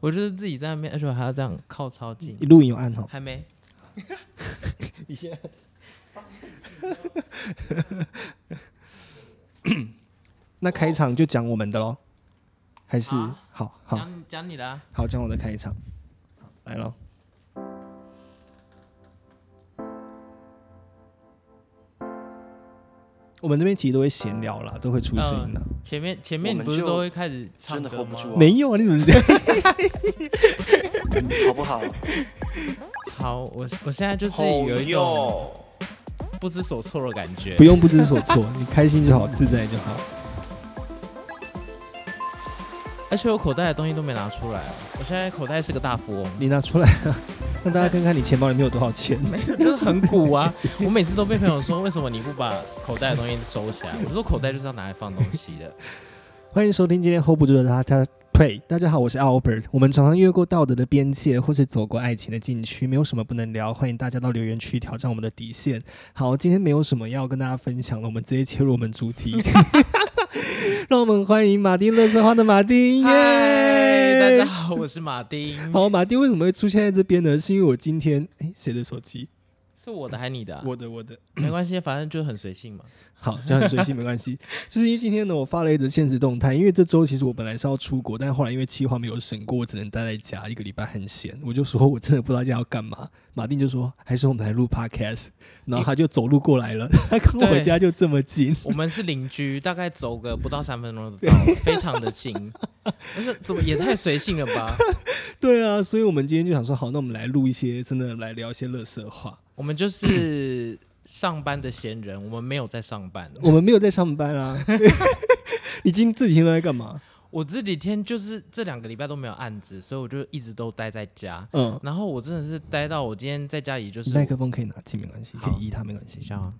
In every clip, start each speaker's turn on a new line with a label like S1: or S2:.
S1: 我就是自己在那边，而且我还要这样靠超近，
S2: 录影有
S3: 嗯
S2: 按吼，
S1: 还没。
S2: 你先。 那开场就讲我们的喽，还是
S1: 好啊
S2: 好好
S1: 讲讲你的、啊，
S2: 好讲我的开场，来喽。我们这边其实都会闲聊啦，都会出声音啦。
S1: 前面前面你
S3: 我们
S1: 不是
S3: 就
S1: 都会开始唱
S3: 真的
S1: 歌
S3: hold 不
S1: 吗
S3: 住啊
S2: 没有啊，你怎么这样？
S3: 好不好？
S1: 好，我我现在就是
S3: 好
S1: 有一种
S3: 哟，
S1: 不知所措的感觉
S2: 不。用不知所措，你开心就好，自在就好。
S1: 而且我口袋的东西都没拿出来啊，我现在口袋是个大富 翁，
S2: 你拿出来啊，让大家看看你钱包里面有多少钱。
S1: 就是很鼓啊。我每次都被朋友说，为什么你不把口袋的东西收起来？我就说口袋就是要拿来放东西 的。
S2: 欢迎收听今天 hold 不住的大家 play。大家好，我是 Albert。我们常常越过道德的边界，或是走过爱情的禁区，没有什么不能聊。欢迎大家到留言区挑战我们的底线。好，今天没有什么要跟大家分享了，我们直接切入我们 主题。让我们欢迎马丁·乐色花的马丁，耶、
S1: 嗨，大家好，我是马丁，
S2: 好，马丁为什么会出现在这边呢？是因为我今天诶，谁的手机？
S1: 是我的还是你的啊、
S2: 我的，我的。
S1: 没关系，反正就很随性嘛。
S2: 好，就很随性，没关系。 就是因为今天呢，我发了一则现实动态，因为这周其实我本来是要出国，但后来因为计划没有审过，我只能待在家一个礼拜，很闲。我就说我真的不知道今天要干嘛。马丁就说，还是我们来录 podcast，然后他就走路过来了， 他跟我
S1: 对
S2: 家就这么近。
S1: 我们是邻居，大概走个不到三分钟就到了，非常的 近。我说怎么也太随性了吧？
S2: 对啊，所以我们今天就想说，好，那我们来录一些真的来聊一些乐色话。
S1: 我们就是上班的闲人，我们没有在上班。
S2: 我们没有在上班啊。 你今这几天都在干嘛？
S1: 我这几天就是这两个礼拜都没有案子，所以我就一直都待在家。
S2: 嗯，
S1: 然后我真的是待到我今天在家里就是
S2: 麦克风可以拿近，没关系，可
S1: 好
S2: 以移它，没关
S1: 等一
S2: 系。
S1: 下啊，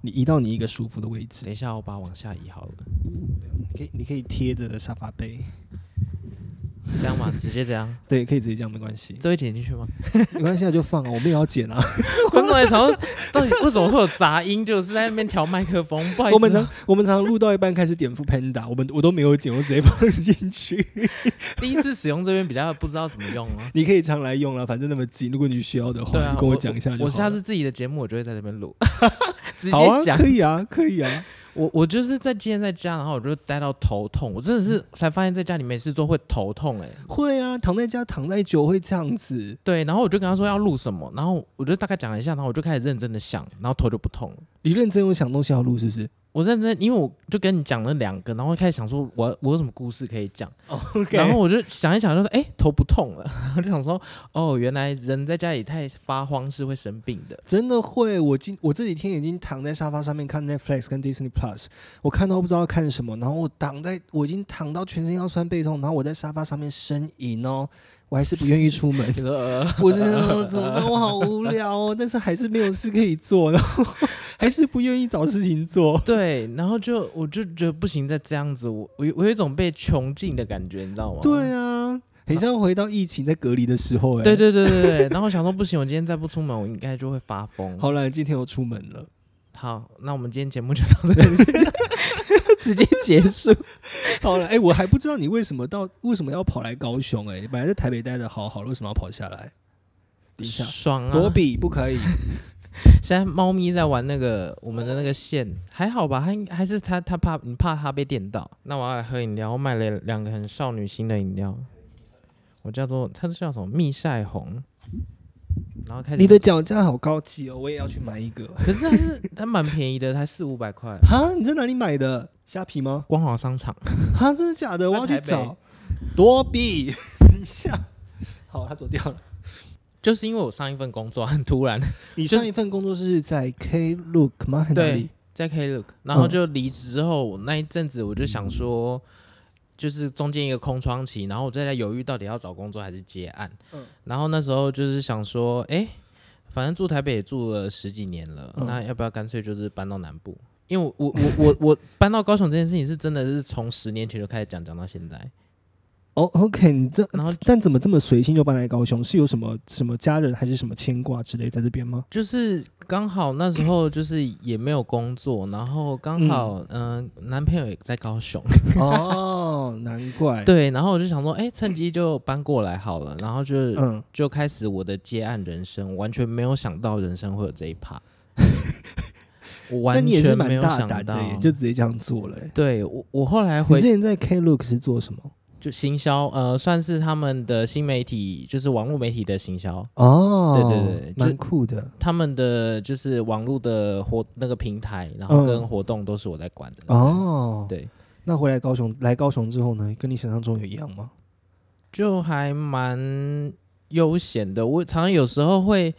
S2: 你移到你一个舒服的位置。
S1: 等一下，我把它往下移好了，
S2: 可以，你可以贴着沙发背，
S1: 这样吗？直接这 样，
S2: 对，可以直接这样，没 关系，
S1: 这会剪进去吗？
S2: 没关系啊，就放啊，我们也要剪啊。
S1: 观众也想说，到底为什么会有杂音？就是在那边调麦克风，不好意
S2: 我们
S1: 思
S2: 常
S1: 啊，
S2: 我们常录到一半开始点副 Panda，我们我都没有剪，我直接放进去。
S1: 第一次使用这边比较不知道怎么用啊。
S2: 你可以常来用啦，反正那么近，如果你需要的话，
S1: 对啊，
S2: 你跟我讲一下就好
S1: 我。我下
S2: 了
S1: 次自己的节目，我就会在这边录， 直
S2: 好
S1: 接
S2: 啊，
S1: 讲。
S2: 可以啊，可以啊。
S1: 我我就是在今天在家，然后我就待到头痛，我真的是才发现在家里没事做会头痛哎、
S2: 会啊，躺在家躺太久会这样子。
S1: 对，然后我就跟他说要录什么，然后我就大概讲了一下，然后我就开始认真的想，然后头就不痛了。
S2: 你认真有想东西要录是不是
S1: 我认真，因为我就跟你讲了两个，然后开始想说我我有什么故事可以讲，
S2: 哦？OK，
S1: 然后我就想一想，就说哎、头不痛了， 我就想说哦，原来人在家里太发慌是会生病的。，
S2: 真的会，我今我这几天已经躺在沙发上面看 Netflix 跟 Disney Plus，我看到不知道看什么，然后我躺在我已经躺到全身腰酸背痛，然后我在沙发上面呻吟哦，我还是不愿意出门
S1: 你说呃
S2: 我真的怎么办？我好无聊哦，但是还是没有事可以做，然后还是不愿意找事情 做。
S1: 对，然后就我就觉得不行，再这样子，我我有我有一种被囚禁的感觉，你知道吗？
S2: 对啊，很像回到疫情在隔离的时候、哎，
S1: 对对对对 对。然后我想说不行，我今天再不出门，我应该就会发疯。
S2: 好了，今天我出门了。
S1: 好，那我们今天节目就到这里，直接结 束。
S2: 好了，哎、我还不知道你为什么到为什么要跑来高雄、哎，本来在台北待的好好的，为什么要跑下来？等一下，
S1: 爽
S2: 罗
S1: 啊！
S2: 比不可以，
S1: 现在猫咪在玩那个我们的那个线，还好吧？它应还是它它怕你怕它被电到。那我要来喝饮料，我买了两个很少女心的饮料，我叫做它是叫什么蜜晒红，然后开始
S2: 你的脚架好高级哦，我也要去买一个。
S1: 可是还是它蛮便宜的，才四五百块，
S2: 哈，你在哪里买的？虾皮吗？
S1: 光华商场。
S2: 哈，真的假的？我要去
S1: 在台
S2: 找。罗比， 等一下，好，他走掉了。
S1: 就是因为我上一份工作很突然，
S2: 你
S1: 就是
S2: 上一份工作是在 K Look 吗？还是哪
S1: 对
S2: 里？
S1: 在 Klook，然后就离职之后，我那一阵子我就想说，就是中间一个空窗期，然后我就在犹豫到底要找工作还是接案。
S2: 嗯
S1: 然后那时候就是想说，哎、反正住台北也住了十几年了，
S2: 嗯
S1: 那要不要干脆就是搬到南部？因为我我我我我搬到高雄这件事情是真的是从十年前就开始讲讲到现在，
S2: 哦，OK，你这
S1: 然后
S2: 但怎么这么随性就搬来高雄？是有什么什么家人还是什么牵挂之类在这 边吗？
S1: 就是刚好那时候就是也没有工作，然后刚好嗯、呃男朋友也在高雄，
S2: 哦，难怪，
S1: 对，然后我就想说，哎、趁机就搬过来好了，然后就、
S2: 嗯，
S1: 就开始我的接案人生，完全没有想到人生会有这一趴， 我
S2: 那
S1: 完
S2: 你也是
S1: 全没
S2: 蛮
S1: 有
S2: 大
S1: 想
S2: 胆
S1: 到
S2: 的耶，，就直接这样做了耶。
S1: 对我我后来
S2: 你
S1: 回
S2: 之前在 Klook 是做什么？
S1: 就行销，呃，算是他们的新媒体，就是网络媒体的行销，
S2: 哦，
S1: 对对对就
S2: 蛮酷的
S1: 他们的就是网络的活那个平台，然后跟活动都是我在管的。
S2: 嗯哦。
S1: 对，
S2: 那回来高雄，来高雄之后呢，跟你想象中有一样吗？
S1: 就还蛮悠闲的。我常常有时候会，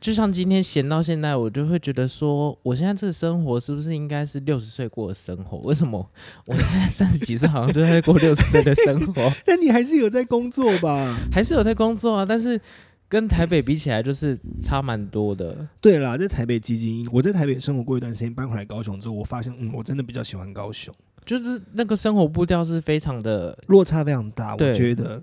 S1: 就像今天闲到现在，我就会觉得说，我现在这个生活是不是应该是六十岁过的生活？为什么我现在三十几岁好像就在过六十岁的生 活？
S2: 那你还是有在工作吧？
S1: 还是有在工作啊，但是跟台北比起来，就是差蛮多的。
S2: 对啦，在台北基金，我在台北生活过一段时间，搬回来高雄之后，我发现，嗯，我真的比较喜欢高雄，
S1: 就是那个生活步调是非常的，
S2: 落差非常大。我
S1: 对
S2: 觉得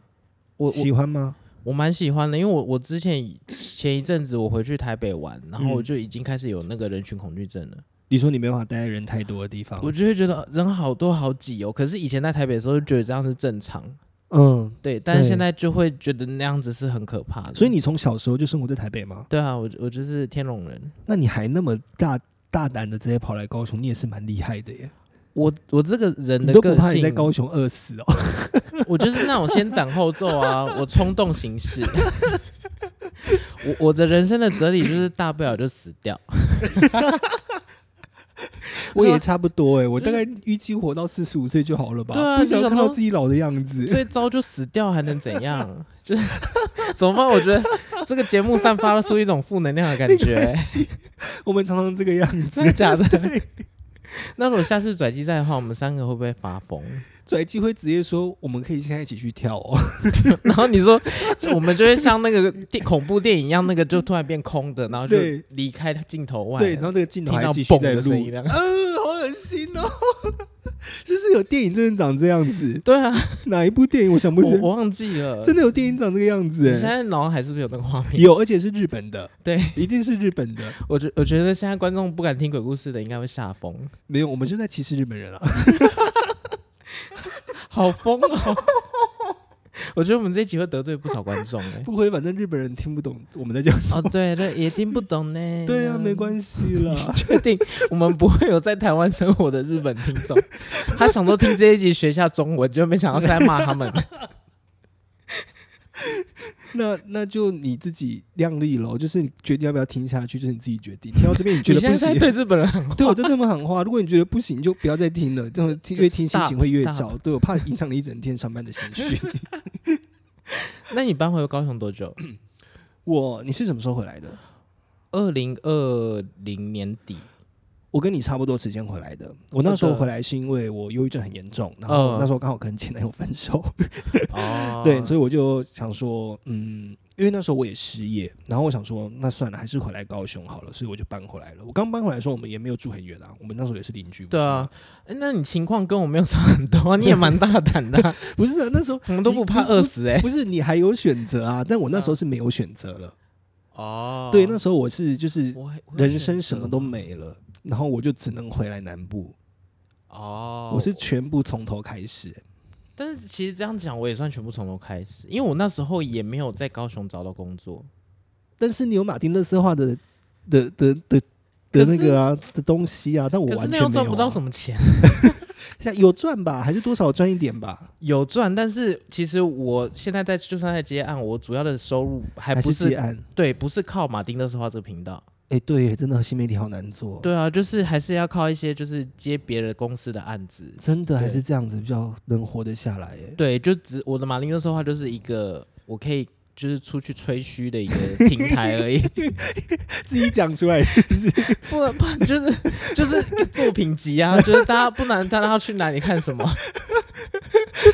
S1: 我我
S2: 喜欢吗？
S1: 我蛮喜欢的，因为我我之前前一阵子我回去台北玩，然后我就已经开始有那个人群恐惧症了，
S2: 你说你没办法待在人太多的地方，
S1: 我就会觉得人好多好挤哦。可是以前在台北的时候就觉得这样是正常，
S2: 嗯，
S1: 对，但是
S2: 对
S1: 现在就会觉得那样子是很可怕的。
S2: 所以你从小时候就生活在台北吗？
S1: 对啊，我我就是天龙人，
S2: 那你还那么大大胆的直接跑来高雄，你也是蛮厉害的耶！
S1: 我我这个人
S2: 你
S1: 的
S2: 都不
S1: 个
S2: 怕你
S1: 性
S2: 在，高雄饿死哦？
S1: 我就是那种先斩后奏 啊，我冲动行事。 我我的人生的哲理就是大不了就死 掉。
S2: 我也差不多哎，我
S1: 就
S2: 大
S1: 是
S2: 概预计活到四十五岁就好了吧？
S1: 对啊
S2: 不想要
S1: 就想
S2: 看到
S1: 说
S2: 自己老的样子。
S1: 最糟就死掉，还能怎样？就是 怎么办？我觉得这个节目散发出一种负能量的感 觉，
S2: 我们常常这个样子
S1: 真，的假 的？那如果下次拽鸡在的话，我们三个会不会发疯？
S2: 拽机会直接说我们可以现在一起去跳哦。
S1: 然后你说，就我们就会像那个电恐怖电影一样，那个就突然变空的，然后就
S2: 对
S1: 离开镜头外了，
S2: 对，然后那个镜头
S1: 听
S2: 还
S1: 到
S2: 继续
S1: 嘣
S2: 在
S1: 的
S2: 录，
S1: 声音
S2: 嗯、
S1: 那样。
S2: 好恶心哦。 就是有电影真的长这样子，
S1: 对啊，
S2: 哪一部电影我想 不
S1: 我呃
S2: 起来，
S1: 我忘记了。
S2: 真的有电影长这个样子
S1: 你现
S2: 哎、
S1: 在脑海是不是有那个画面？
S2: 有，而且是日本的，
S1: 对，
S2: 一定是日本的。
S1: 我觉我觉得现在观众不敢听鬼故事的，应该会吓疯，
S2: 没有，我们就在歧视日本人 啊。
S1: 好疯哦！ 我觉得我们这一集会得罪不少观众 哎、
S2: 不会，反正日本人听不懂我们在讲什
S1: 哦
S2: 么。，
S1: 对对，也听不懂呢。
S2: 对啊，没关系啦。
S1: 确定我们不会有在台湾生活的日本听 众，他想说听这一集学一下中文，就没想到是在骂他们。
S2: 那那就你自己量力喽，就是你决定要不要听下去，就是你自己决定。听到这边你 觉
S1: 你
S2: 得
S1: 现
S2: 不
S1: 在在
S2: 行，哦
S1: 对日本人很坏
S2: 对我真的很喊话，如果你觉得不行，就不要再听了，这种听
S1: 就
S2: 越听心
S1: stop，
S2: 情会越
S1: stop
S2: 糟。对我怕影响你一整天上班的情绪。
S1: 那你搬回高雄多久？
S2: 我，你是什么时候回来的？
S1: 二零二零年底，
S2: 我跟你差不多时间回来的。我那时候回来是因为我忧郁症很严重，然后
S1: 嗯
S2: 那时候刚好跟前男友分手，
S1: 哦
S2: 对，所以我就想说，嗯，因为那时候我也失业，然后我想说，那算了，还是回来高雄好了，所以我就搬回来了。我刚搬回来的时候，我们也没有住很远啊，我们那时候也是邻居，不
S1: 对
S2: 是
S1: 啊
S2: 吗，
S1: 诶那你情况跟我没有差很多啊，你也蛮大胆的 啊、
S2: 不是啊，那时候
S1: 我们都不怕饿死哎、嗯
S2: 不是你还有选择啊，但我那时候是没有选择了。
S1: 哦
S2: 对，那时候我是就是
S1: 我还我有
S2: 人生
S1: 选
S2: 什
S1: 择
S2: 么都
S1: 吗
S2: 没了，然后我就只能回来南部，
S1: 哦，
S2: 我是全部从头开始、
S1: 但是其实这样讲，我也算全部从头开始，因为我那时候也没有在高雄找到工作。
S2: 但是你有马丁勒斯化的的的的的那个啊的东西啊，但我
S1: 可是
S2: 完
S1: 那
S2: 全没
S1: 又
S2: 有、啊、
S1: 赚不到什么钱，
S2: 么，有赚吧，还是多少赚一点吧，
S1: 有赚，但是其实我现在在就算在接案，我主要的收入还
S2: 还
S1: 不是
S2: 接案。
S1: 对，不是靠马丁勒斯化这个频道。
S2: 哎、对耶，真的新媒体好难做，，
S1: 对啊，就是还是要靠一些就是接别人公司的案子。
S2: 真的还
S1: 对
S2: 是这样子比较能活得下来 耶。
S1: 对，就只我的马丁勒斯化就是一个我可以就是出去吹嘘的一个平台 而已，
S2: 自己讲出来也是，
S1: 不然不然 就是 就是作品集啊，就是大家不然大家要去哪里看什么。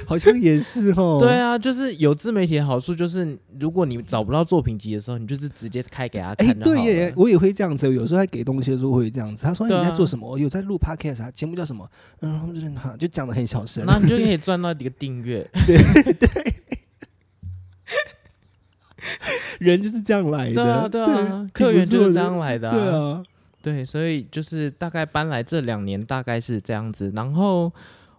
S2: 好像也是哦。
S1: 对啊，就是有自媒体的好处就是，如果你找不到作品集的时候，你就是直接开给他看
S2: 哎、
S1: 就好了。啊
S2: 对耶，我也会这样子。有时候他给东西的时候会这样子。他说：“哎
S1: 对
S2: 你
S1: 啊
S2: 在做什么？有在录 podcast 啊？节目叫什么？”嗯，他们就很就讲的很小声。
S1: 那你就可以赚到一个订阅。
S2: 人就是这样来的，
S1: 对啊，对啊，
S2: 挺
S1: 客
S2: 不
S1: 源就
S2: 错
S1: 是
S2: 的
S1: 这样来的、
S2: 对啊，
S1: 对，所以就是大概搬来这两年大概是这样子。然后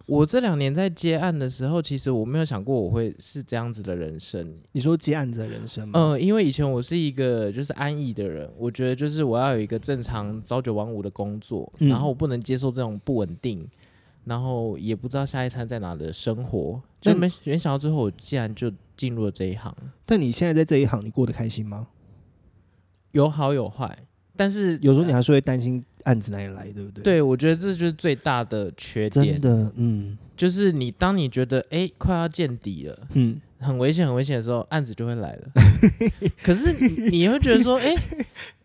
S1: 我这两年在接案的时候，其实我没有想过我会是这样子的人生。
S2: 你说接案子的人生吗？
S1: 嗯、因为以前我是一个就是安逸的人，我觉得就是我要有一个正常朝九晚五的工作，
S2: 嗯
S1: 然后我不能接受这种不稳定，然后也不知道下一餐在哪的生活。就
S2: 那
S1: 没没想到最后我竟然就进入了这一行，
S2: 但你现在在这一行，你过得开心吗？
S1: 有好有坏，但是
S2: 有时候你还是会担心案子哪里来，对不对？，
S1: 啊对我觉得这就是最大的缺点
S2: 真。的，嗯
S1: 就是你当你觉得哎、诶快要见底了，
S2: 嗯，
S1: 很危险很危险的时候，案子就会 来了。可是你你会觉得说，哎、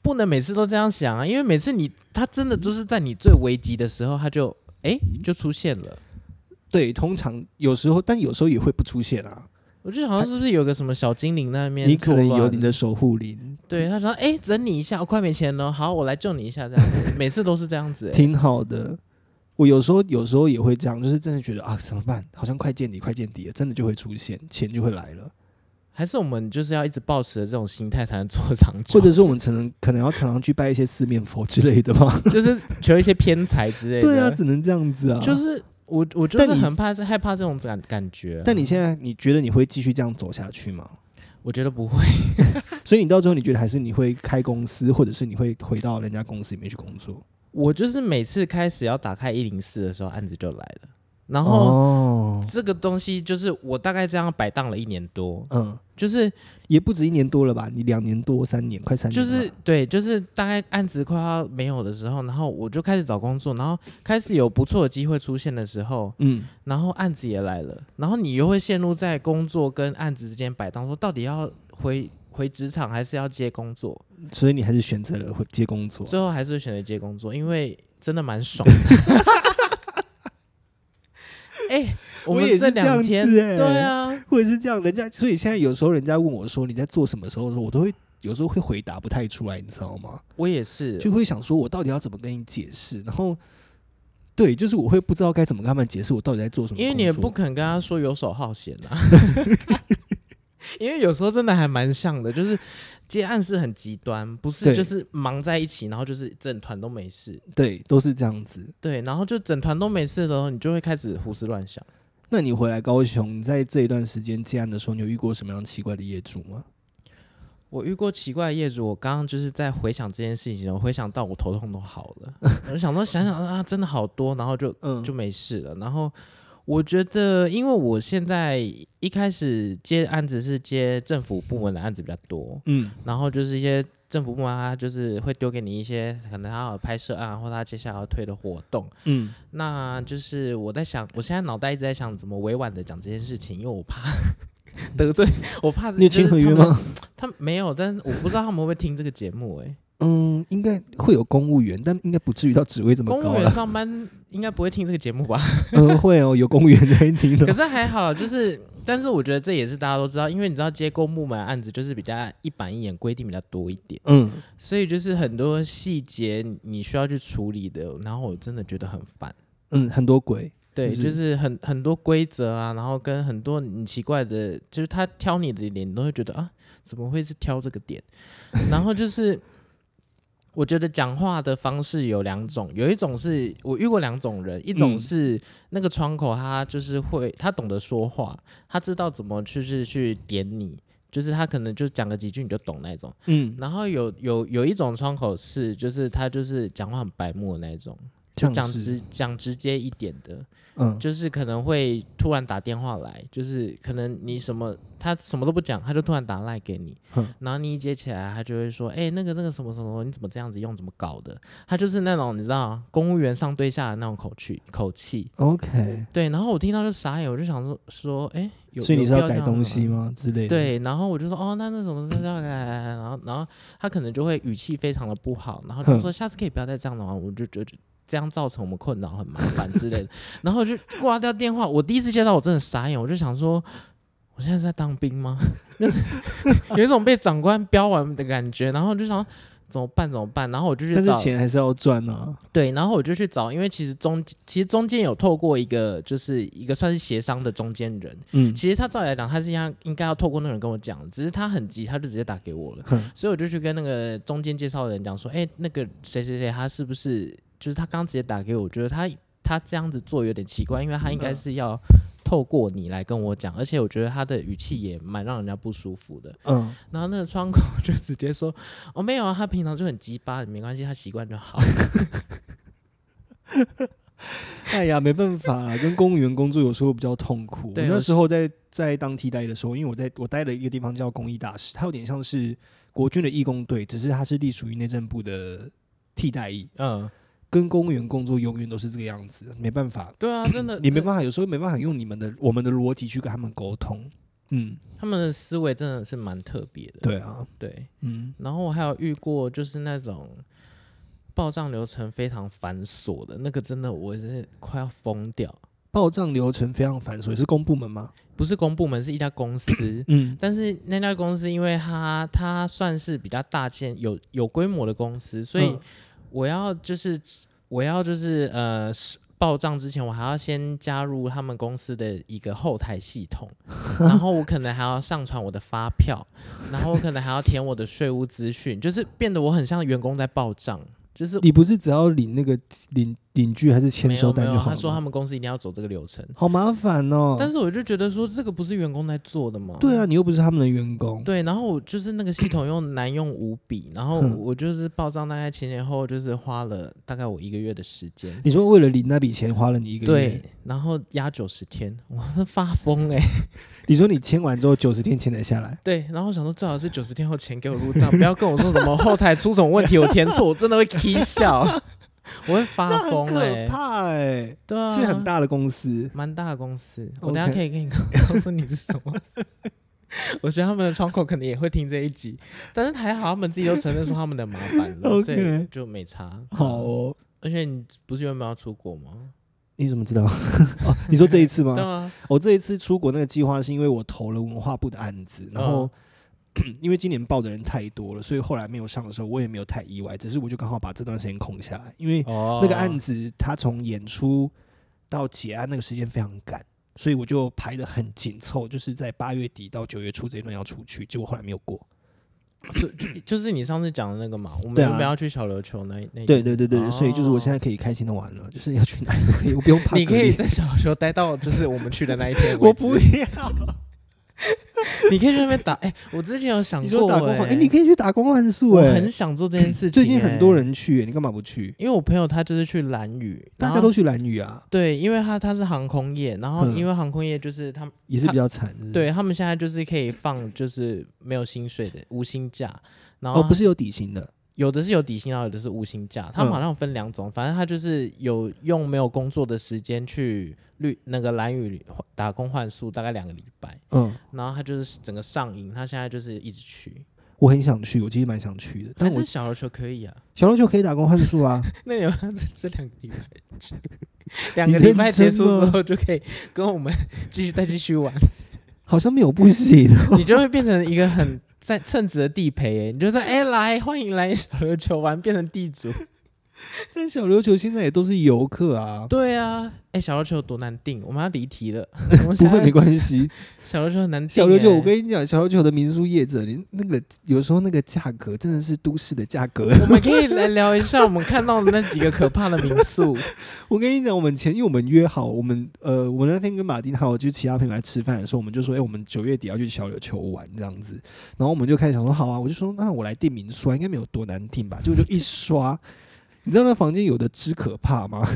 S1: 不能每次都这样想啊，因为每次你他真的就是在你最危急的时候，他就哎、就出现了。
S2: 对，通常有时候，但有时候也会不出现啊。
S1: 我就好像是不是有个什么小精灵在那边
S2: 你可能
S1: 作乱
S2: 有你的守护灵，
S1: 对，他说哎、整你一下，我快没钱了，好我来救你一下，这样每次都是这样子、诶
S2: 挺好的。我有时候有时候也会这样，就是真的觉得啊，怎么办？好像快见底，快见底了，真的就会出现，钱就会来了，
S1: 还是我们就是要一直保持着这种心态才能做长久，
S2: 或者是我们可能可能要常常去拜一些四面佛之类 的吧。
S1: 就是求一些偏财之类的。
S2: 对啊，只能这样子啊。
S1: 就是我，我就是
S2: 但你
S1: 很怕害怕这种感感觉啊、
S2: 但你现在你觉得你会继续这样走下去吗？
S1: 我觉得不会，
S2: 所以你到最后你觉得还是你会开公司，或者是你会回到人家公司里面去工作？
S1: 我就是每次开始要打开一零四的时候，案子就来了。然后
S2: 哦，
S1: 这个东西就是我大概这样摆荡了一年多，
S2: 嗯，
S1: 就是
S2: 也不止一年多了吧？你两年多、三年，快三年
S1: 就
S2: 了吧，
S1: 是对，就是大概案子快要没有的时候，然后我就开始找工作，然后开始有不错的机会出现的时候，
S2: 嗯，
S1: 然后案子也来了，然后你又会陷入在工作跟案子之间摆荡，说到底要回回职场还是要接工作？
S2: 所以你还是选择了会接工作。
S1: 最后还是会选择接工作，因为真的蛮爽的。 哎、我
S2: 我
S1: 们
S2: 也是
S1: 这
S2: 这样
S1: 两
S2: 子
S1: 天，
S2: 欸
S1: 对啊，
S2: 或者是这样，人家所以现在有时候人家问我说你在做什么时候的时候，我都会有时候会回答不太出来，你知道吗？
S1: 我也是，
S2: 就会想说我到底要怎么跟你解释，然后对，就是我会不知道该怎么跟他们解释我到底在做什么工作，
S1: 因为你也不肯跟他说游手好闲啊。 因为有时候真的还蛮像的，就是接案是很极端，不是
S2: 对
S1: 就是忙在一起，然后就是整团都没事，
S2: 对，都是这样子。
S1: 对，然后就整团都没事的时候，你就会开始胡思乱想。
S2: 那你回来高雄，你在这一段时间接案的时候，你有遇过什么样奇怪的业主吗？
S1: 我遇过奇怪的业主，我刚刚就是在回想这件事情，我回想到我头痛都好了， 我就想说想想啊，真的好多，然后就
S2: 嗯，
S1: 就没事了。然后我觉得，因为我现在一开始接案子是接政府部门的案子比较多，
S2: 嗯
S1: 然后就是一些政府部门他就是会丢给你一些可能他有拍摄案或他接下来要推的活动，
S2: 嗯，
S1: 那就是我在想，我现在脑袋一直在想怎么委婉的讲这件事情，因为我怕 得罪，我怕
S2: 你有
S1: 就是
S2: 签合
S1: 他
S2: 约
S1: 们
S2: 吗？
S1: 他们没有，但是我不知道他们会不会听这个节目、 欸。
S2: 嗯，应该会有公务员，但应该不至于到职位这么
S1: 公
S2: 高啊
S1: 务员
S2: 了。
S1: 上班应该不会听这个节目吧？
S2: 嗯，会哦，有公务员在听
S1: 可
S2: 的。
S1: 是还好，就是，但是我觉得这也是大家都知道，因为你知道接公部门案子就是比较一板一眼，规定比较多一点，
S2: 嗯，
S1: 所以就是很多细节你需要去处理的。然后我真的觉得很烦，
S2: 嗯，很多鬼，
S1: 对，
S2: 是
S1: 就是很很多规则啊，然后跟很多你奇怪的，就是他挑你的点，你都会觉得啊，怎么会是挑这个点？ 然后就是，我觉得讲话的方式有两种，有一种是我遇过两种人，一种
S2: 嗯
S1: 是那个窗口他就是会，他懂得说话，他知道怎么去是去点你。就是他可能就讲个几句你就懂那种，
S2: 嗯，
S1: 然后有有有一种窗口是，就是他就是讲话很白目的那种，
S2: 这
S1: 讲
S2: 样是，
S1: 直讲直接一点的，
S2: 嗯，
S1: 就是可能会突然打电话来，就是可能你什么他什么都不讲，他就突然打赖给你
S2: 哼，
S1: 然后你一接起来，他就会说：“哎、那个那个什么什么，你怎么这样子用，怎么搞的？”他就是那种你知道公务员上对下的那种口气口气。
S2: OK，
S1: 对，然后我听到就傻眼，我就想说说：“哎、有
S2: 所以你是
S1: 有
S2: 要
S1: 必这
S2: 改
S1: 样
S2: 东
S1: 吗
S2: 西吗？之类的？，
S1: 对，然后我就说哦，那那什么哎是要改，然后然后他可能就会语气非常的不好，然后就
S2: 哼
S1: 说下次可以不要再这样了嘛，我就觉得这样造成我们困扰很麻烦之类的。然后我就挂掉电话。我第一次接到，我真的傻眼，我就想说，我现在是在当兵吗？就是 有一种被长官标完的感觉。然后我就想怎么办？怎么办？然后我就去
S2: 但是
S1: 找
S2: 钱还是要赚啊。
S1: 对，然后我就去找，因为其实中其实中间有透过一个就是一个算是协商的中间人，
S2: 嗯，
S1: 其实他照理来讲，他是应该应该要透过那个人跟我讲，只是他很急，他就直接打给我了
S2: 哼，
S1: 所以我就去跟那个中间介绍的人讲说，哎、那个谁谁谁，他是不是就是他刚直接打给我，我觉得他他这样子做有点奇怪，因为他应
S2: 嗯
S1: 该是要透过你来跟我讲，而且我觉得他的语气也蛮让人家不舒服的。
S2: 嗯，
S1: 然后那个窗口 就直接说，哦没有啊，他平常就很鸡巴，没关系，他习惯就好。
S2: 哎呀，没办法啦，跟公务员工作有时候比较痛苦。
S1: 对
S2: 我那
S1: 我
S2: 时候在在当替代的时候，因为我在我待的一个地方叫公益大使，它有点像是国军的义工队，只是它是隶属于内政部的替代役，
S1: 嗯，
S2: 跟公务员工作永远都是这个样子，没办法，
S1: 对啊，真的，
S2: 你没办法，有时候没办法用你们的我们的逻辑去跟他们沟通。嗯，
S1: 他们的思维真的是蛮特别的。
S2: 对啊，
S1: 对。
S2: 嗯，
S1: 然后我还有遇过就是那种报账流程非常繁琐的那个，真的我是快要疯掉。
S2: 报账流程非常繁琐，也是公部门吗？。
S1: 不是公部门，是一家公司
S2: 嗯，
S1: 但是那家公司，因为它它算是比较大件、有有规模的公司，所以
S2: 嗯
S1: 我要就是我要就是呃是报账之前，我还要先加入他们公司的一个后台系 统，然后我可能还要上传我的发票，然后我可能还要填我的税务资讯，就是变得我很像员工在报账，就是
S2: 你不是只要领那个领领据还是签
S1: 没
S2: 收
S1: 有没
S2: 单就
S1: 有，
S2: 好了吗？
S1: 他说他们公司一定要走这个流程，
S2: 好麻烦哦。
S1: 但是我就觉得说这个不是员工在做的嘛，
S2: 对啊，你又不是他们的员工。
S1: 对，然后我就是那个系统又难用无比，然后
S2: 哼
S1: 我就是报账大概前前后后就是花了大概我一个月的时间，
S2: 你说为了领那笔钱花了你一个月
S1: 对，，然后压九十天，我是发疯哎、
S2: 你说你签完之后九十天签得下来，
S1: 对，然后我想说最好是九十天后钱给我入账，不要跟我说什么后台出什么问题，我填错，我真的会 k 笑，我会发
S2: 那
S1: 疯
S2: 很
S1: 哎、
S2: 可怕哎、
S1: 对啊，
S2: 是很。大的公司。
S1: 蛮大的公司，我等下
S2: OK
S1: 可以跟你告诉你是什么。 我觉得他们的窗口可能也会听这一集，但是还好他们自己都承认说他们的麻烦了，
S2: OK
S1: 所以就没差。
S2: 好哦，
S1: 而且你不是原本要出国吗？
S2: 你怎么 知道？哦，你说这一次吗
S1: 对？啊，
S2: 我、哦这一次出国那个计划是因为我投了文化部的案子，然
S1: 嗯
S2: 后、 因为今年报的人太多了，所以后来没有上的时候，我也没有太意外，只是我就刚好把这段时间空下来，因为
S1: 哦，
S2: 哎那个案子它从演出到结案那个时间非常赶，所以我就排得很紧凑，就是在八月底到九月初这一段要出去，结果后来没有过。
S1: 就是你上次讲的那个嘛，我们
S2: 对啊
S1: 原本要去小琉球那那一
S2: 对对对对，
S1: 哦
S2: 所以就是我现在可以开心的玩了，就是要去哪里都可以，我不用怕
S1: 你
S2: 隔
S1: 可以
S2: 离。
S1: 在小琉球待到就是我们去的那一天
S2: 我
S1: 为止。
S2: 不要，
S1: 你可以去那边 打。哎，我之前有想
S2: 你
S1: 过
S2: 说打工
S1: 哎
S2: 换，哎，你可以去打工换宿
S1: 我
S2: 哎
S1: 很，想做这件事情。
S2: 最近很多
S1: 哎，
S2: 人去，欸你干嘛不去？
S1: 因为我朋友他就是去蓝屿，
S2: 大家
S1: 然后
S2: 都去蓝屿啊，
S1: 对，因为他他是航空业，然后
S2: 嗯
S1: 因为航空业就是他们、
S2: 也是比较惨。是不是，
S1: 对他们现在就是可以放就是没有薪水的无薪假，然后
S2: 哦，
S1: 他
S2: 不是有底薪的，
S1: 有的是有底薪，然后有的是无薪假，他们
S2: 嗯
S1: 好像分两种，反正他就是有用没有工作的时间去绿那个蓝雨打工换宿，大概两个礼拜，
S2: 嗯，
S1: 然后他就是整个上瘾，他现在就是一直去，
S2: 我很想去，我其实蛮想去的，
S1: 还
S2: 但我
S1: 是小琉球可以啊？
S2: 小琉球可以打工换宿啊，
S1: 那你们这这两个礼拜去，两个礼拜结束之后就可以跟我们 继续再继续玩。
S2: 好像没有不行。啊
S1: 你就会变成一个很在称职的地陪、欸，你就说哎、来欢迎来小琉球玩，变成地 主。
S2: 但小琉球现在也都是游客啊，
S1: 对啊，哎、小琉球有多难定，我们要离题了。我们
S2: 不
S1: 现
S2: 会没
S1: 在
S2: 关系。
S1: 小琉球很难定、
S2: 小琉球，
S1: 欸
S2: 我跟你讲，小琉球的民宿业者，你那个有时候那个价格真的是都市的价格。
S1: 我们可以来聊一下我们看到的那几个可怕的民宿。
S2: 我跟你讲，我们前因为我们约好，我们呃，我那天跟马丁还有就其他朋友来吃饭的时候，我们就说，哎、我们九月底要去小琉球玩这样子。然后我们就开始想说，好啊，我就说，那我来订民宿啊，应该没有多难订吧？结 果就一刷，你知道那房间有的之可怕吗？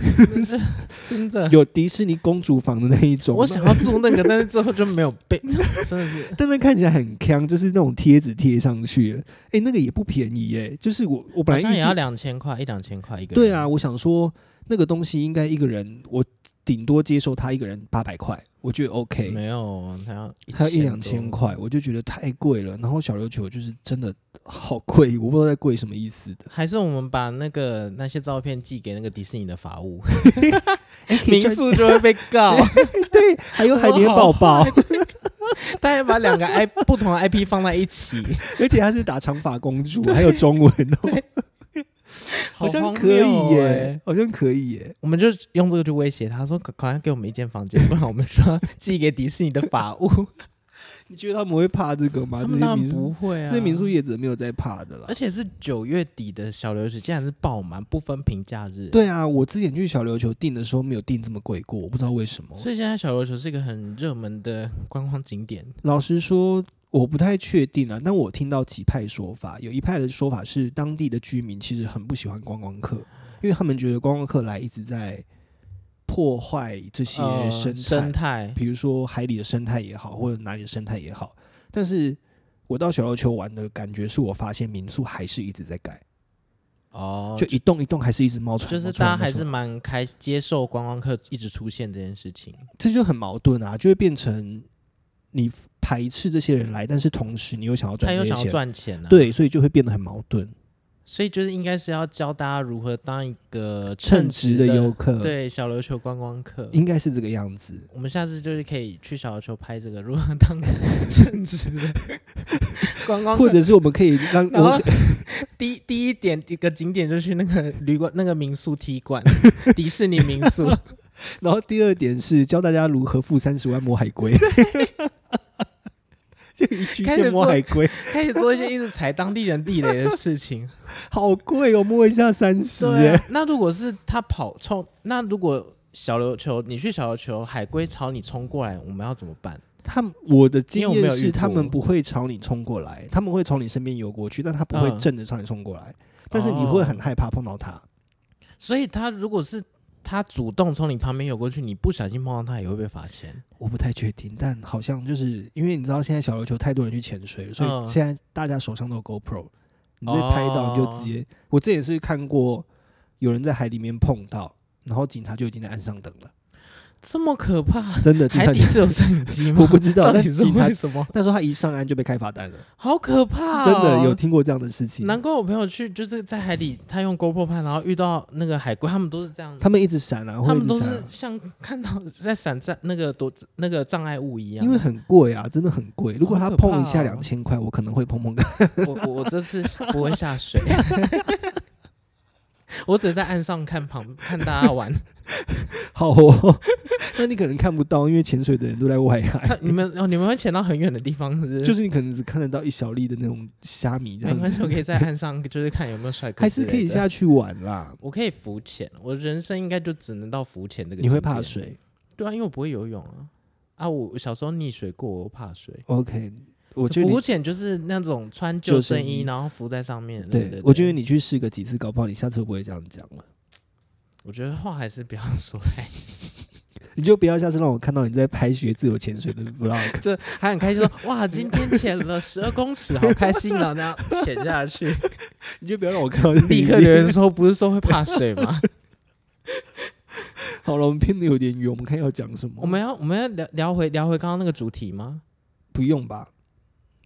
S1: 真真的，
S2: 有迪士尼公主房的那一种，
S1: 我想要住那个，但是最后就没有被， 真的是。
S2: 但那看起来很坑，就是那种贴纸贴上去，哎、那个也不便宜哎、就是我我
S1: 好
S2: 本来
S1: 像
S2: 预
S1: 也要
S2: 计啊
S1: 两千块，一两千块一个人。
S2: 对啊，我想说那个东西应该一个人我顶多接受他一个人八百块，我觉得 OK。
S1: 没有，还要
S2: 还有一两千
S1: 多，
S2: 块，我就觉得太贵了。然后小琉球就是真的好贵，我不知道在贵什么意思的。
S1: 还是我们把那个那些照片寄给那个迪士尼的法 务，
S2: 哎可以
S1: 民
S2: 赚
S1: 宿就会被告。
S2: 对，还 有海绵宝宝，
S1: 他还把两个 I 不同的 IP 放在一起，
S2: 而且还是打长发公主，还有中文哦， 好
S1: 好
S2: 像可
S1: 荒
S2: 以
S1: 谬
S2: 耶
S1: 欸。，
S2: 好像可以耶。
S1: 我们就用这个去威胁他说，赶快给我们一间房间，不然我们说寄给迪士尼的法 务。
S2: 你觉得他们会怕这个吗？
S1: 他
S2: 啊这
S1: 们当然
S2: 些民
S1: 不
S2: 宿，
S1: 会啊，
S2: 这些民宿业者没有在怕的啦
S1: 而。且是九月底的小流水，竟然是爆满，不分平假日。，
S2: 对啊，我之前去小琉球订的时候没有订这么贵过，我不知道为什么。
S1: 所以现在小流水是一个很热门的观光景点。
S2: 老实说，我不太确定啊，但我听到几派说法，有一派的说法是当地的居民其实很不喜欢观光客，因为他们觉得观光客来一直在破坏这些
S1: 呃
S2: 生态，
S1: 生态，
S2: 比如说海里的生态也好，或者哪里的生态也好。但是我到小琉球玩的感觉是我发现民宿还是一直在改，
S1: 哦，
S2: 就一栋一栋还是一直冒出来，
S1: 就是
S2: 冒出来
S1: 大家还
S2: 冒出
S1: 是
S2: 来
S1: 蛮开接受观光客一直出现这件事情。
S2: 这就很矛盾啊，就会变成你排斥这些人来，但是同时你又想要
S1: 他
S2: 赚
S1: 又
S2: 这些
S1: 想要
S2: 钱，
S1: 赚钱啊，，
S2: 对，所以就会变得很矛盾。
S1: 所以就是应该是要教大家如何当一个
S2: 称职
S1: 职
S2: 的游客，，
S1: 对小琉球观光客。
S2: 应该是这个样子。
S1: 我们下次就是可以去小琉球拍这个，如何当称职的 观光客
S2: 或者是我们可以 让
S1: 然后
S2: 我
S1: 第一第一点一个景点就去那个旅馆、那个民宿踢 馆，迪士尼民宿。
S2: 然后第二点是教大家如何付三十万摸海龟， 就一局
S1: 开始
S2: 限摸
S1: 做
S2: 海龟，
S1: 开始做一些一直踩当地人地雷的事 情。
S2: 好贵哦，摸一下三十
S1: 对啊、
S2: 耶。
S1: 那如果是他跑冲，那如果小琉球你去小琉球，海龟朝你冲过来，我们要怎么办？
S2: 他们我的经
S1: 因为我没
S2: 验
S1: 有遇
S2: 是，他们
S1: 过
S2: 不会朝你冲过来，他们会从你身边游过去，但他不会
S1: 嗯哦
S2: 正着朝你冲过来。但是你会很害怕碰到他，
S1: 所以他如果是他主动从你旁边游过去，你不小心碰到他也会被罚钱。
S2: 我不太确定，但好像就是因为你知道现在小琉球太多人去潜水了，所
S1: 嗯
S2: 以现在大家手上都有 GoPro，你被拍到你就直接。
S1: 哦
S2: 我之前是看过有人在海里面碰到，然后警察就已经在岸上等了，
S1: 这么可怕，
S2: 真的。警
S1: 海
S2: 察
S1: 底是有摄影机吗？
S2: 我不知 道，
S1: 到
S2: 但
S1: 底是
S2: 警察
S1: 为什么？
S2: 那时候他一上岸就被开罚单了，
S1: 好可怕、哦！
S2: 真的有听过这样的事情。
S1: 难怪我朋友去就是在海里，他用 GoPro 拍，然后遇到那个海龟，他们都是这样，
S2: 他们一直闪啊，
S1: 他
S2: 会一
S1: 们
S2: 直
S1: 都
S2: 闪
S1: 是
S2: 啊，
S1: 像看到在闪在那个躲那个障碍物一样。
S2: 因 为很贵啊，真的很贵。如果他
S1: 好可怕
S2: 碰一下
S1: 哦
S2: 两千块，我可能会碰碰看。
S1: 我我我这次不会下水， 我只在岸上看旁看大家 玩。
S2: 好哦， 那你可能看不到，因为潜水的人都在外海。
S1: 他你们哦，你们会潜到很远的地方，是不是？
S2: 就是你可能只看得到一小粒的那种虾米这
S1: 没
S2: 样
S1: 关系，我
S2: 子，
S1: 可以在岸上就是看有没有帅哥，
S2: 还是可以。下去玩啦。
S1: 我可以浮潜，我人生应该就只能到浮潜这个。
S2: 你会怕？水
S1: 对啊，因为我不会游泳啊。啊，我我小时候溺水过，我怕水。
S2: ？OK，我觉得
S1: 浮
S2: 你
S1: 潜就是那种穿救生
S2: 救生
S1: 衣，
S2: 衣
S1: 然后浮在上面。对
S2: 对，我觉得你去试个几次，搞不好你下次不会这样讲 了。
S1: 我觉得话还是不要说 太，
S2: 你就不要下次让我看到你在拍学自由潜水 的 vlog。
S1: 就还很开心说哇，今天潜了十二公尺，好开心啊！那样潜下 去，
S2: 你就不要让我看到这个
S1: 立刻
S2: 影片
S1: 留言说不是说会怕水吗？
S2: 好了，我们偏的有点远，我们看要讲什么。
S1: 我们要我们要聊聊回聊回刚刚那个主题吗？
S2: 不用吧？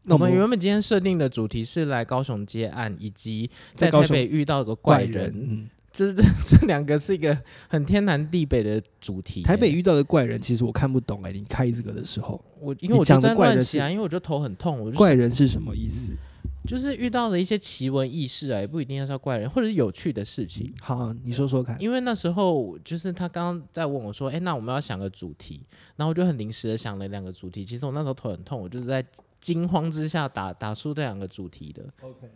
S2: 那
S1: 我
S2: 我
S1: 们
S2: 们
S1: 原本今天设定的主题是来高雄接案，以及
S2: 在
S1: 在
S2: 高
S1: 台
S2: 雄
S1: 北遇到个
S2: 怪
S1: 怪
S2: 人，
S1: 人，
S2: 嗯，
S1: 这 这这两个是一个很天南地北的主题。
S2: 台北遇到的怪人，其实我看不懂哎、你开这个的时候，
S1: 我因为我就
S2: 你讲的
S1: 在
S2: 怪
S1: 乱
S2: 人
S1: 写啊，因为我就头很痛，我就
S2: 怪人是什么意
S1: 嗯
S2: 思？
S1: 就是遇到了一些奇闻异事啊，也不一定要叫怪人，或者是有趣的事情。
S2: 好，你说说看。
S1: 因为那时候就是他刚刚在问我说：“哎、那我们要想个主题。”然后我就很临时的想了两个主题。其实我那时候头很痛，我就是在惊慌之下打打出这两个主题的。
S2: OK，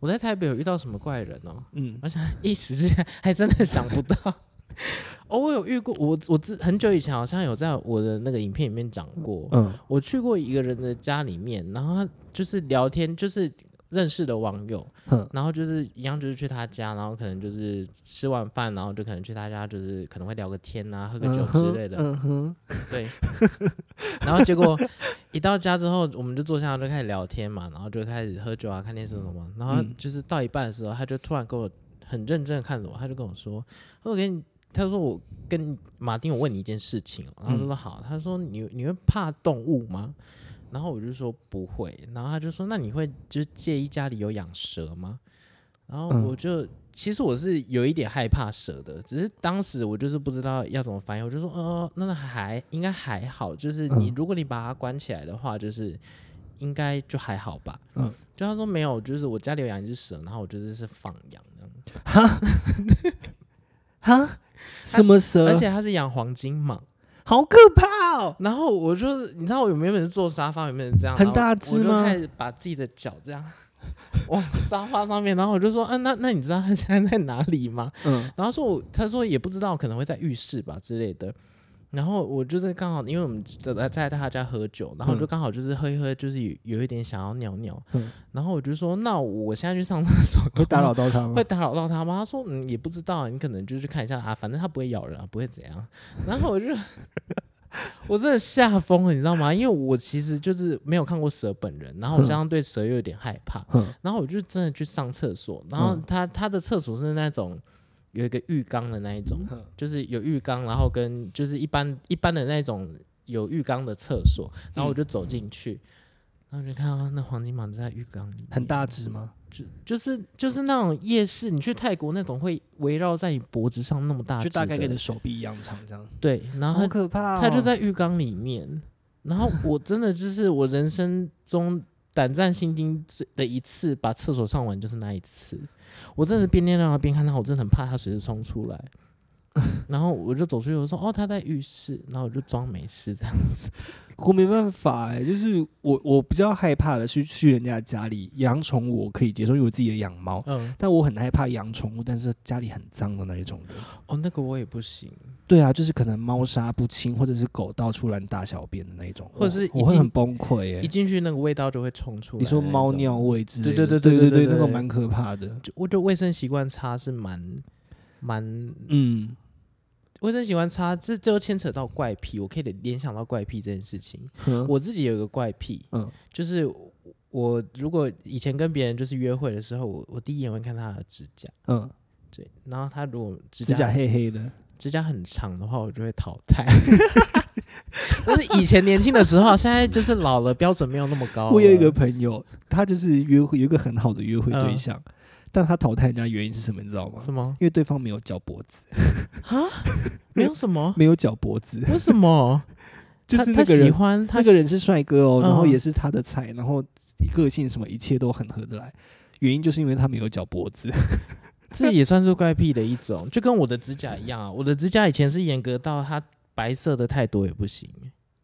S1: 我在台北有遇到什么怪人哦？
S2: 嗯，
S1: 一时之间还真的想不到。 哦，我有遇过，我我自很久以前好像有在我的那个影片里面讲过，
S2: 嗯
S1: 我去过一个人的家里面，然后他就是聊天，就是认识的网友，
S2: 哼，
S1: 然后就是一样，就是去他家，然后可能就是吃完饭，然后就可能去他家，就是可能会聊个天啊，喝个酒之类的。
S2: 嗯哼，
S1: 对。 然后结果一到家之后，我们就坐下来就开始聊天嘛，然后就开始喝酒啊、看电视什么。然后
S2: 嗯
S1: 就是到一半的时候，他就突然跟我很认真的看着我，他就跟我说：“他说我给你他说我跟马丁，我问你一件事情哦、然后他
S2: 嗯
S1: 说好，他说你你会怕动物吗？然后我就说不会，然后他就说那你会就是介意家里有养蛇吗？然后
S2: 嗯
S1: 我就、其实我是有一点害怕蛇的，只是当时我就是不知道要怎么翻译，我就说呃那还应该还好，就是你、
S2: 嗯
S1: 如果你把它关起来的话，就是应该就还好吧。
S2: 嗯
S1: 就他说没有，就是我家里有养一只蛇，然后我就是是放养的。
S2: 哈，什么蛇？
S1: 而且它是养黄金蟒，
S2: 好可怕哦！
S1: 然后我就你知道我原本是坐沙发，原本是这样
S2: 很
S1: 然后
S2: 大只
S1: 我就
S2: 吗
S1: 开始把自己的脚这样往沙发上面，然后我就说，嗯、那那你知道它现在在哪里吗？
S2: 嗯
S1: 然后说我他说也不知道，可能会在浴室吧之类的。然后我就是刚好，因为我们在在他家喝酒，然后我就
S2: 嗯
S1: 刚好就是喝一喝，就是有有一点想要尿尿，
S2: 嗯
S1: 然后我就说，那我现在去上厕所，
S2: 会打扰到他吗
S1: 会？打扰到他吗？他说嗯也不知道，你可能就去看一下啊，反正他不会咬人啊，不会怎样。然后我就 我真的吓疯了，你知道吗？因为我其实就是没有看过蛇本人，然后我加上对蛇又有点害怕，
S2: 嗯
S1: 然后我就真的去上厕所，然后
S2: 嗯
S1: 他他的厕所是那种。有一个浴缸的那一种，就是有浴缸，然后跟就是一般一般的那种有浴缸的厕所，然后我就走进去，然后就看到那黄金蟒就在浴缸里面，
S2: 很大只吗？
S1: 就就是就是那种夜市，你去泰国那种会围绕在你脖子上那么大只
S2: 就
S1: 的，
S2: 大概跟你的手臂一样长，这样。
S1: 对，然后
S2: 好
S1: 它
S2: 可怕、哦！
S1: 它就在浴缸里面，然后我真的就是我人生中胆战心惊最的一次，把厕所上完就是那一次，我真的是边尿尿边看它，我真的很怕它随时冲出来。然后我就走出去，我说：“哦，它在浴室。”然后我就装没事这样。
S2: 我没办法哎、就是我我比较害怕的是去人家家里养宠物，我可以接受，因为我自己也养猫，
S1: 嗯，
S2: 但我很害怕养宠物，但是家里很脏的那一种人。
S1: 哦，那个我也不行，
S2: 对啊，就是可能猫砂不清，或者是狗到处乱大小便的那一种，
S1: 或者是
S2: 我
S1: 已
S2: 我会
S1: 经
S2: 很崩溃哎、
S1: 一进去那个味道就会冲出来。
S2: 你说猫尿，味之类的，
S1: 对对
S2: 对
S1: 对对
S2: 对
S1: 对对
S2: 那个
S1: 对
S2: 蛮可怕的。
S1: 就我觉得卫生习惯差是蛮蛮
S2: 嗯，
S1: 卫生习惯差，这就牵扯到怪癖，我可以联想到怪癖这件事情。
S2: 我
S1: 我自己有一个怪癖，
S2: 嗯
S1: 就是我如果以前跟别人就是约会的时候，我我第一眼会看他的指甲，
S2: 嗯，
S1: 对，然后他如果指
S2: 指
S1: 甲
S2: 甲黑黑的，
S1: 指甲很长的话，我就会淘汰。 就是以前年轻的时候，现在就是老了，标准没有那么高了。
S2: 我有一个朋友，他就是约会有一个很好的约会对
S1: 嗯
S2: 象，但他淘汰人家原因是什么，你知道吗？
S1: 什么
S2: 因为对方没有绞脖子，
S1: 啊？没有什么？
S2: 没有绞脖子，
S1: 为什么？
S2: 就是
S1: 他
S2: 那个
S1: 他喜
S2: 人，
S1: 欢他
S2: 那个人是帅哥哦，
S1: 嗯
S2: 然后也是他的菜，然后个性什么一切都很合得来。原因就是因为他没有绞脖子，
S1: 这也算是怪癖的一种，就跟我的指甲一样啊。我的指甲以前是严格到它白色的太多也不行，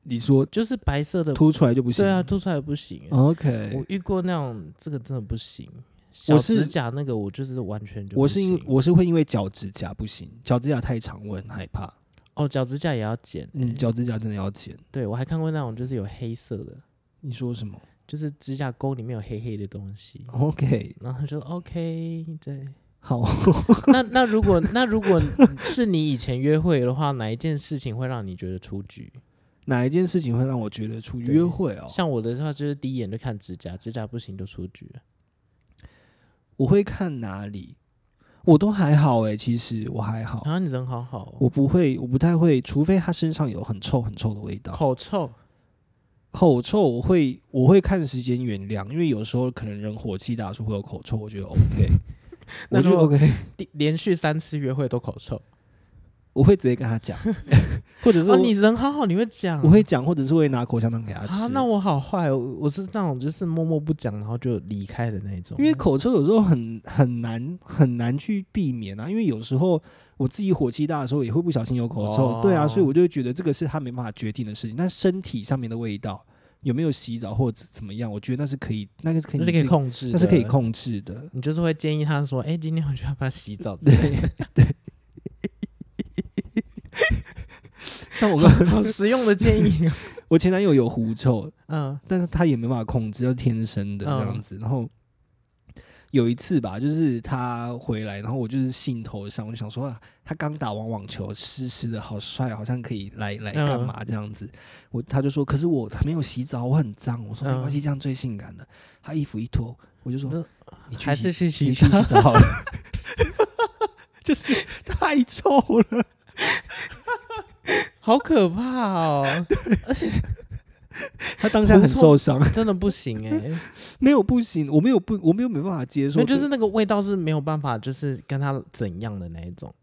S2: 你说
S1: 就是白色的，
S2: 凸出来就不行。哦
S1: 对啊，凸出来不行。
S2: ，OK，
S1: 我遇过那种，这个真的不行。小
S2: 我是
S1: 指甲那个，我就是完全就不
S2: 我是因
S1: 行
S2: 我是会因为脚指甲不行，脚指甲太长我很害怕。
S1: 哦，脚指甲也要剪、
S2: 嗯，
S1: 嗯，
S2: 脚指甲真的要剪。
S1: 对我还看过那种就是有黑色的，
S2: 你说什么
S1: 就是指甲沟里面有黑黑的东西。
S2: ？OK，
S1: 然后就 OK，对。
S2: 好，
S1: 那那如果那如果是你以前约会的话，哪一件事情会让你觉得出局？
S2: 哪一件事情会让我觉得出
S1: 对
S2: 约会哦？
S1: 像我的话，就是第一眼就看指甲，指甲不行就出局了。
S2: 我会看哪里？我都还好哎、其实我还好，
S1: 然后你人好好、哦，
S2: 我不会，我不太会，除非他身上有很臭很臭的味道。
S1: 口臭，
S2: 口臭我会我会看时间原谅，因为有时候可能人火气大的时候会有口臭，我觉得 OK，
S1: 那
S2: 我觉
S1: 如
S2: 得
S1: 果
S2: OK，
S1: 第连续三次约会都口臭。
S2: 我会直接跟他 讲，或者是
S1: 哦，
S2: 我,、
S1: 你人好好，你会讲？
S2: 我会讲，或者是会拿口香糖给他吃。
S1: 啊？那我好坏哦，我我是那种就是默默不讲，然后就离开的那种。
S2: 因为口臭有时候很很难很难去避免啊，因为有时候我自己火气大的时候也会不小心有口臭，
S1: 哦
S2: 对啊，所以我就会觉得这个是他没办法决定的事情。但身体上面的味道有没有洗澡或者怎么样，我觉得那是可以，那个是可以，
S1: 那是可以，控制，
S2: 那是可以。控制的。
S1: 你就是会建议他说：“哎、今天我去要不要洗澡之
S2: 对
S1: 类的？
S2: 对，像我跟
S1: 好实用的建议哦。
S2: 我前男友有狐臭，
S1: 嗯
S2: 但是他也没办法控制，要天生的这样子。然后有一次吧，就是他回来，然后我就是兴头上，我就想说啊，他刚打完网球，湿湿的，好帅，好像可以来来
S1: 嗯
S2: 干嘛这样子。我他就说，可是我没有洗澡，我很脏。我说
S1: 嗯
S2: 没关系，这样最性感了。他衣服一脱，我就说
S1: 那
S2: 你去
S1: 还是
S2: 洗，
S1: 去
S2: 你
S1: 洗
S2: 去
S1: 澡
S2: 洗。澡好了。就是太臭了，
S1: 好可怕 哦！
S2: 他当下很受伤，
S1: 真的不行哎、
S2: 没有不行，我没有不，我没有没办法接受
S1: 所以
S2: 的，
S1: 就是那个味道是没有办法，就是跟它怎样的那一种。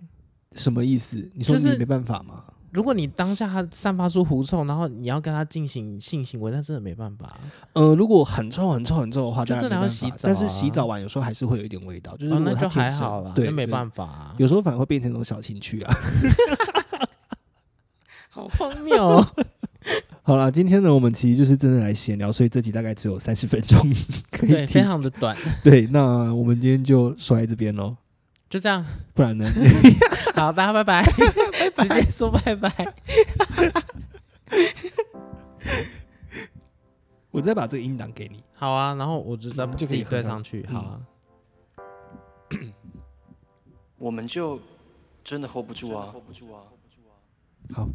S2: 什么意思？你说
S1: 就是
S2: 你没办法吗？
S1: 如果你当下它散发出狐臭，然后你要跟它进行性行为，那真的没办法。啊
S2: 呃，如果很臭很臭很臭的话，
S1: 就
S2: 当然
S1: 真的
S2: 没
S1: 要
S2: 办
S1: 洗
S2: 法
S1: 澡
S2: 但是
S1: 啊
S2: 洗澡完有时候还是会有一点味道，就是
S1: 哦
S2: 如，果
S1: 那
S2: 它
S1: 就
S2: 天
S1: 还
S2: 生
S1: 好啦，
S2: 对，
S1: 那没
S2: 法。
S1: 办法、啊，
S2: 有时候反而会变成那种小情趣啊。
S1: 好荒谬、哦。
S2: 好啦，今天呢，我们其实就是真的来闲聊，所以这集大概只有三十分钟可以
S1: 对，非。
S2: 听
S1: 常的短，
S2: 对，那我们今天就说在这边喽，
S1: 就这样。
S2: 不然呢？
S1: 好，大家拜拜，直接说拜拜。
S2: 我再把这个音档给你。
S1: 好啊，然后我就再自
S2: 就可以
S1: 己对
S2: 合
S1: 上
S2: 上
S1: 去。
S2: 嗯
S1: 好啊，
S3: 我们就真的 hold 不住啊，hold 不住啊。
S2: 好，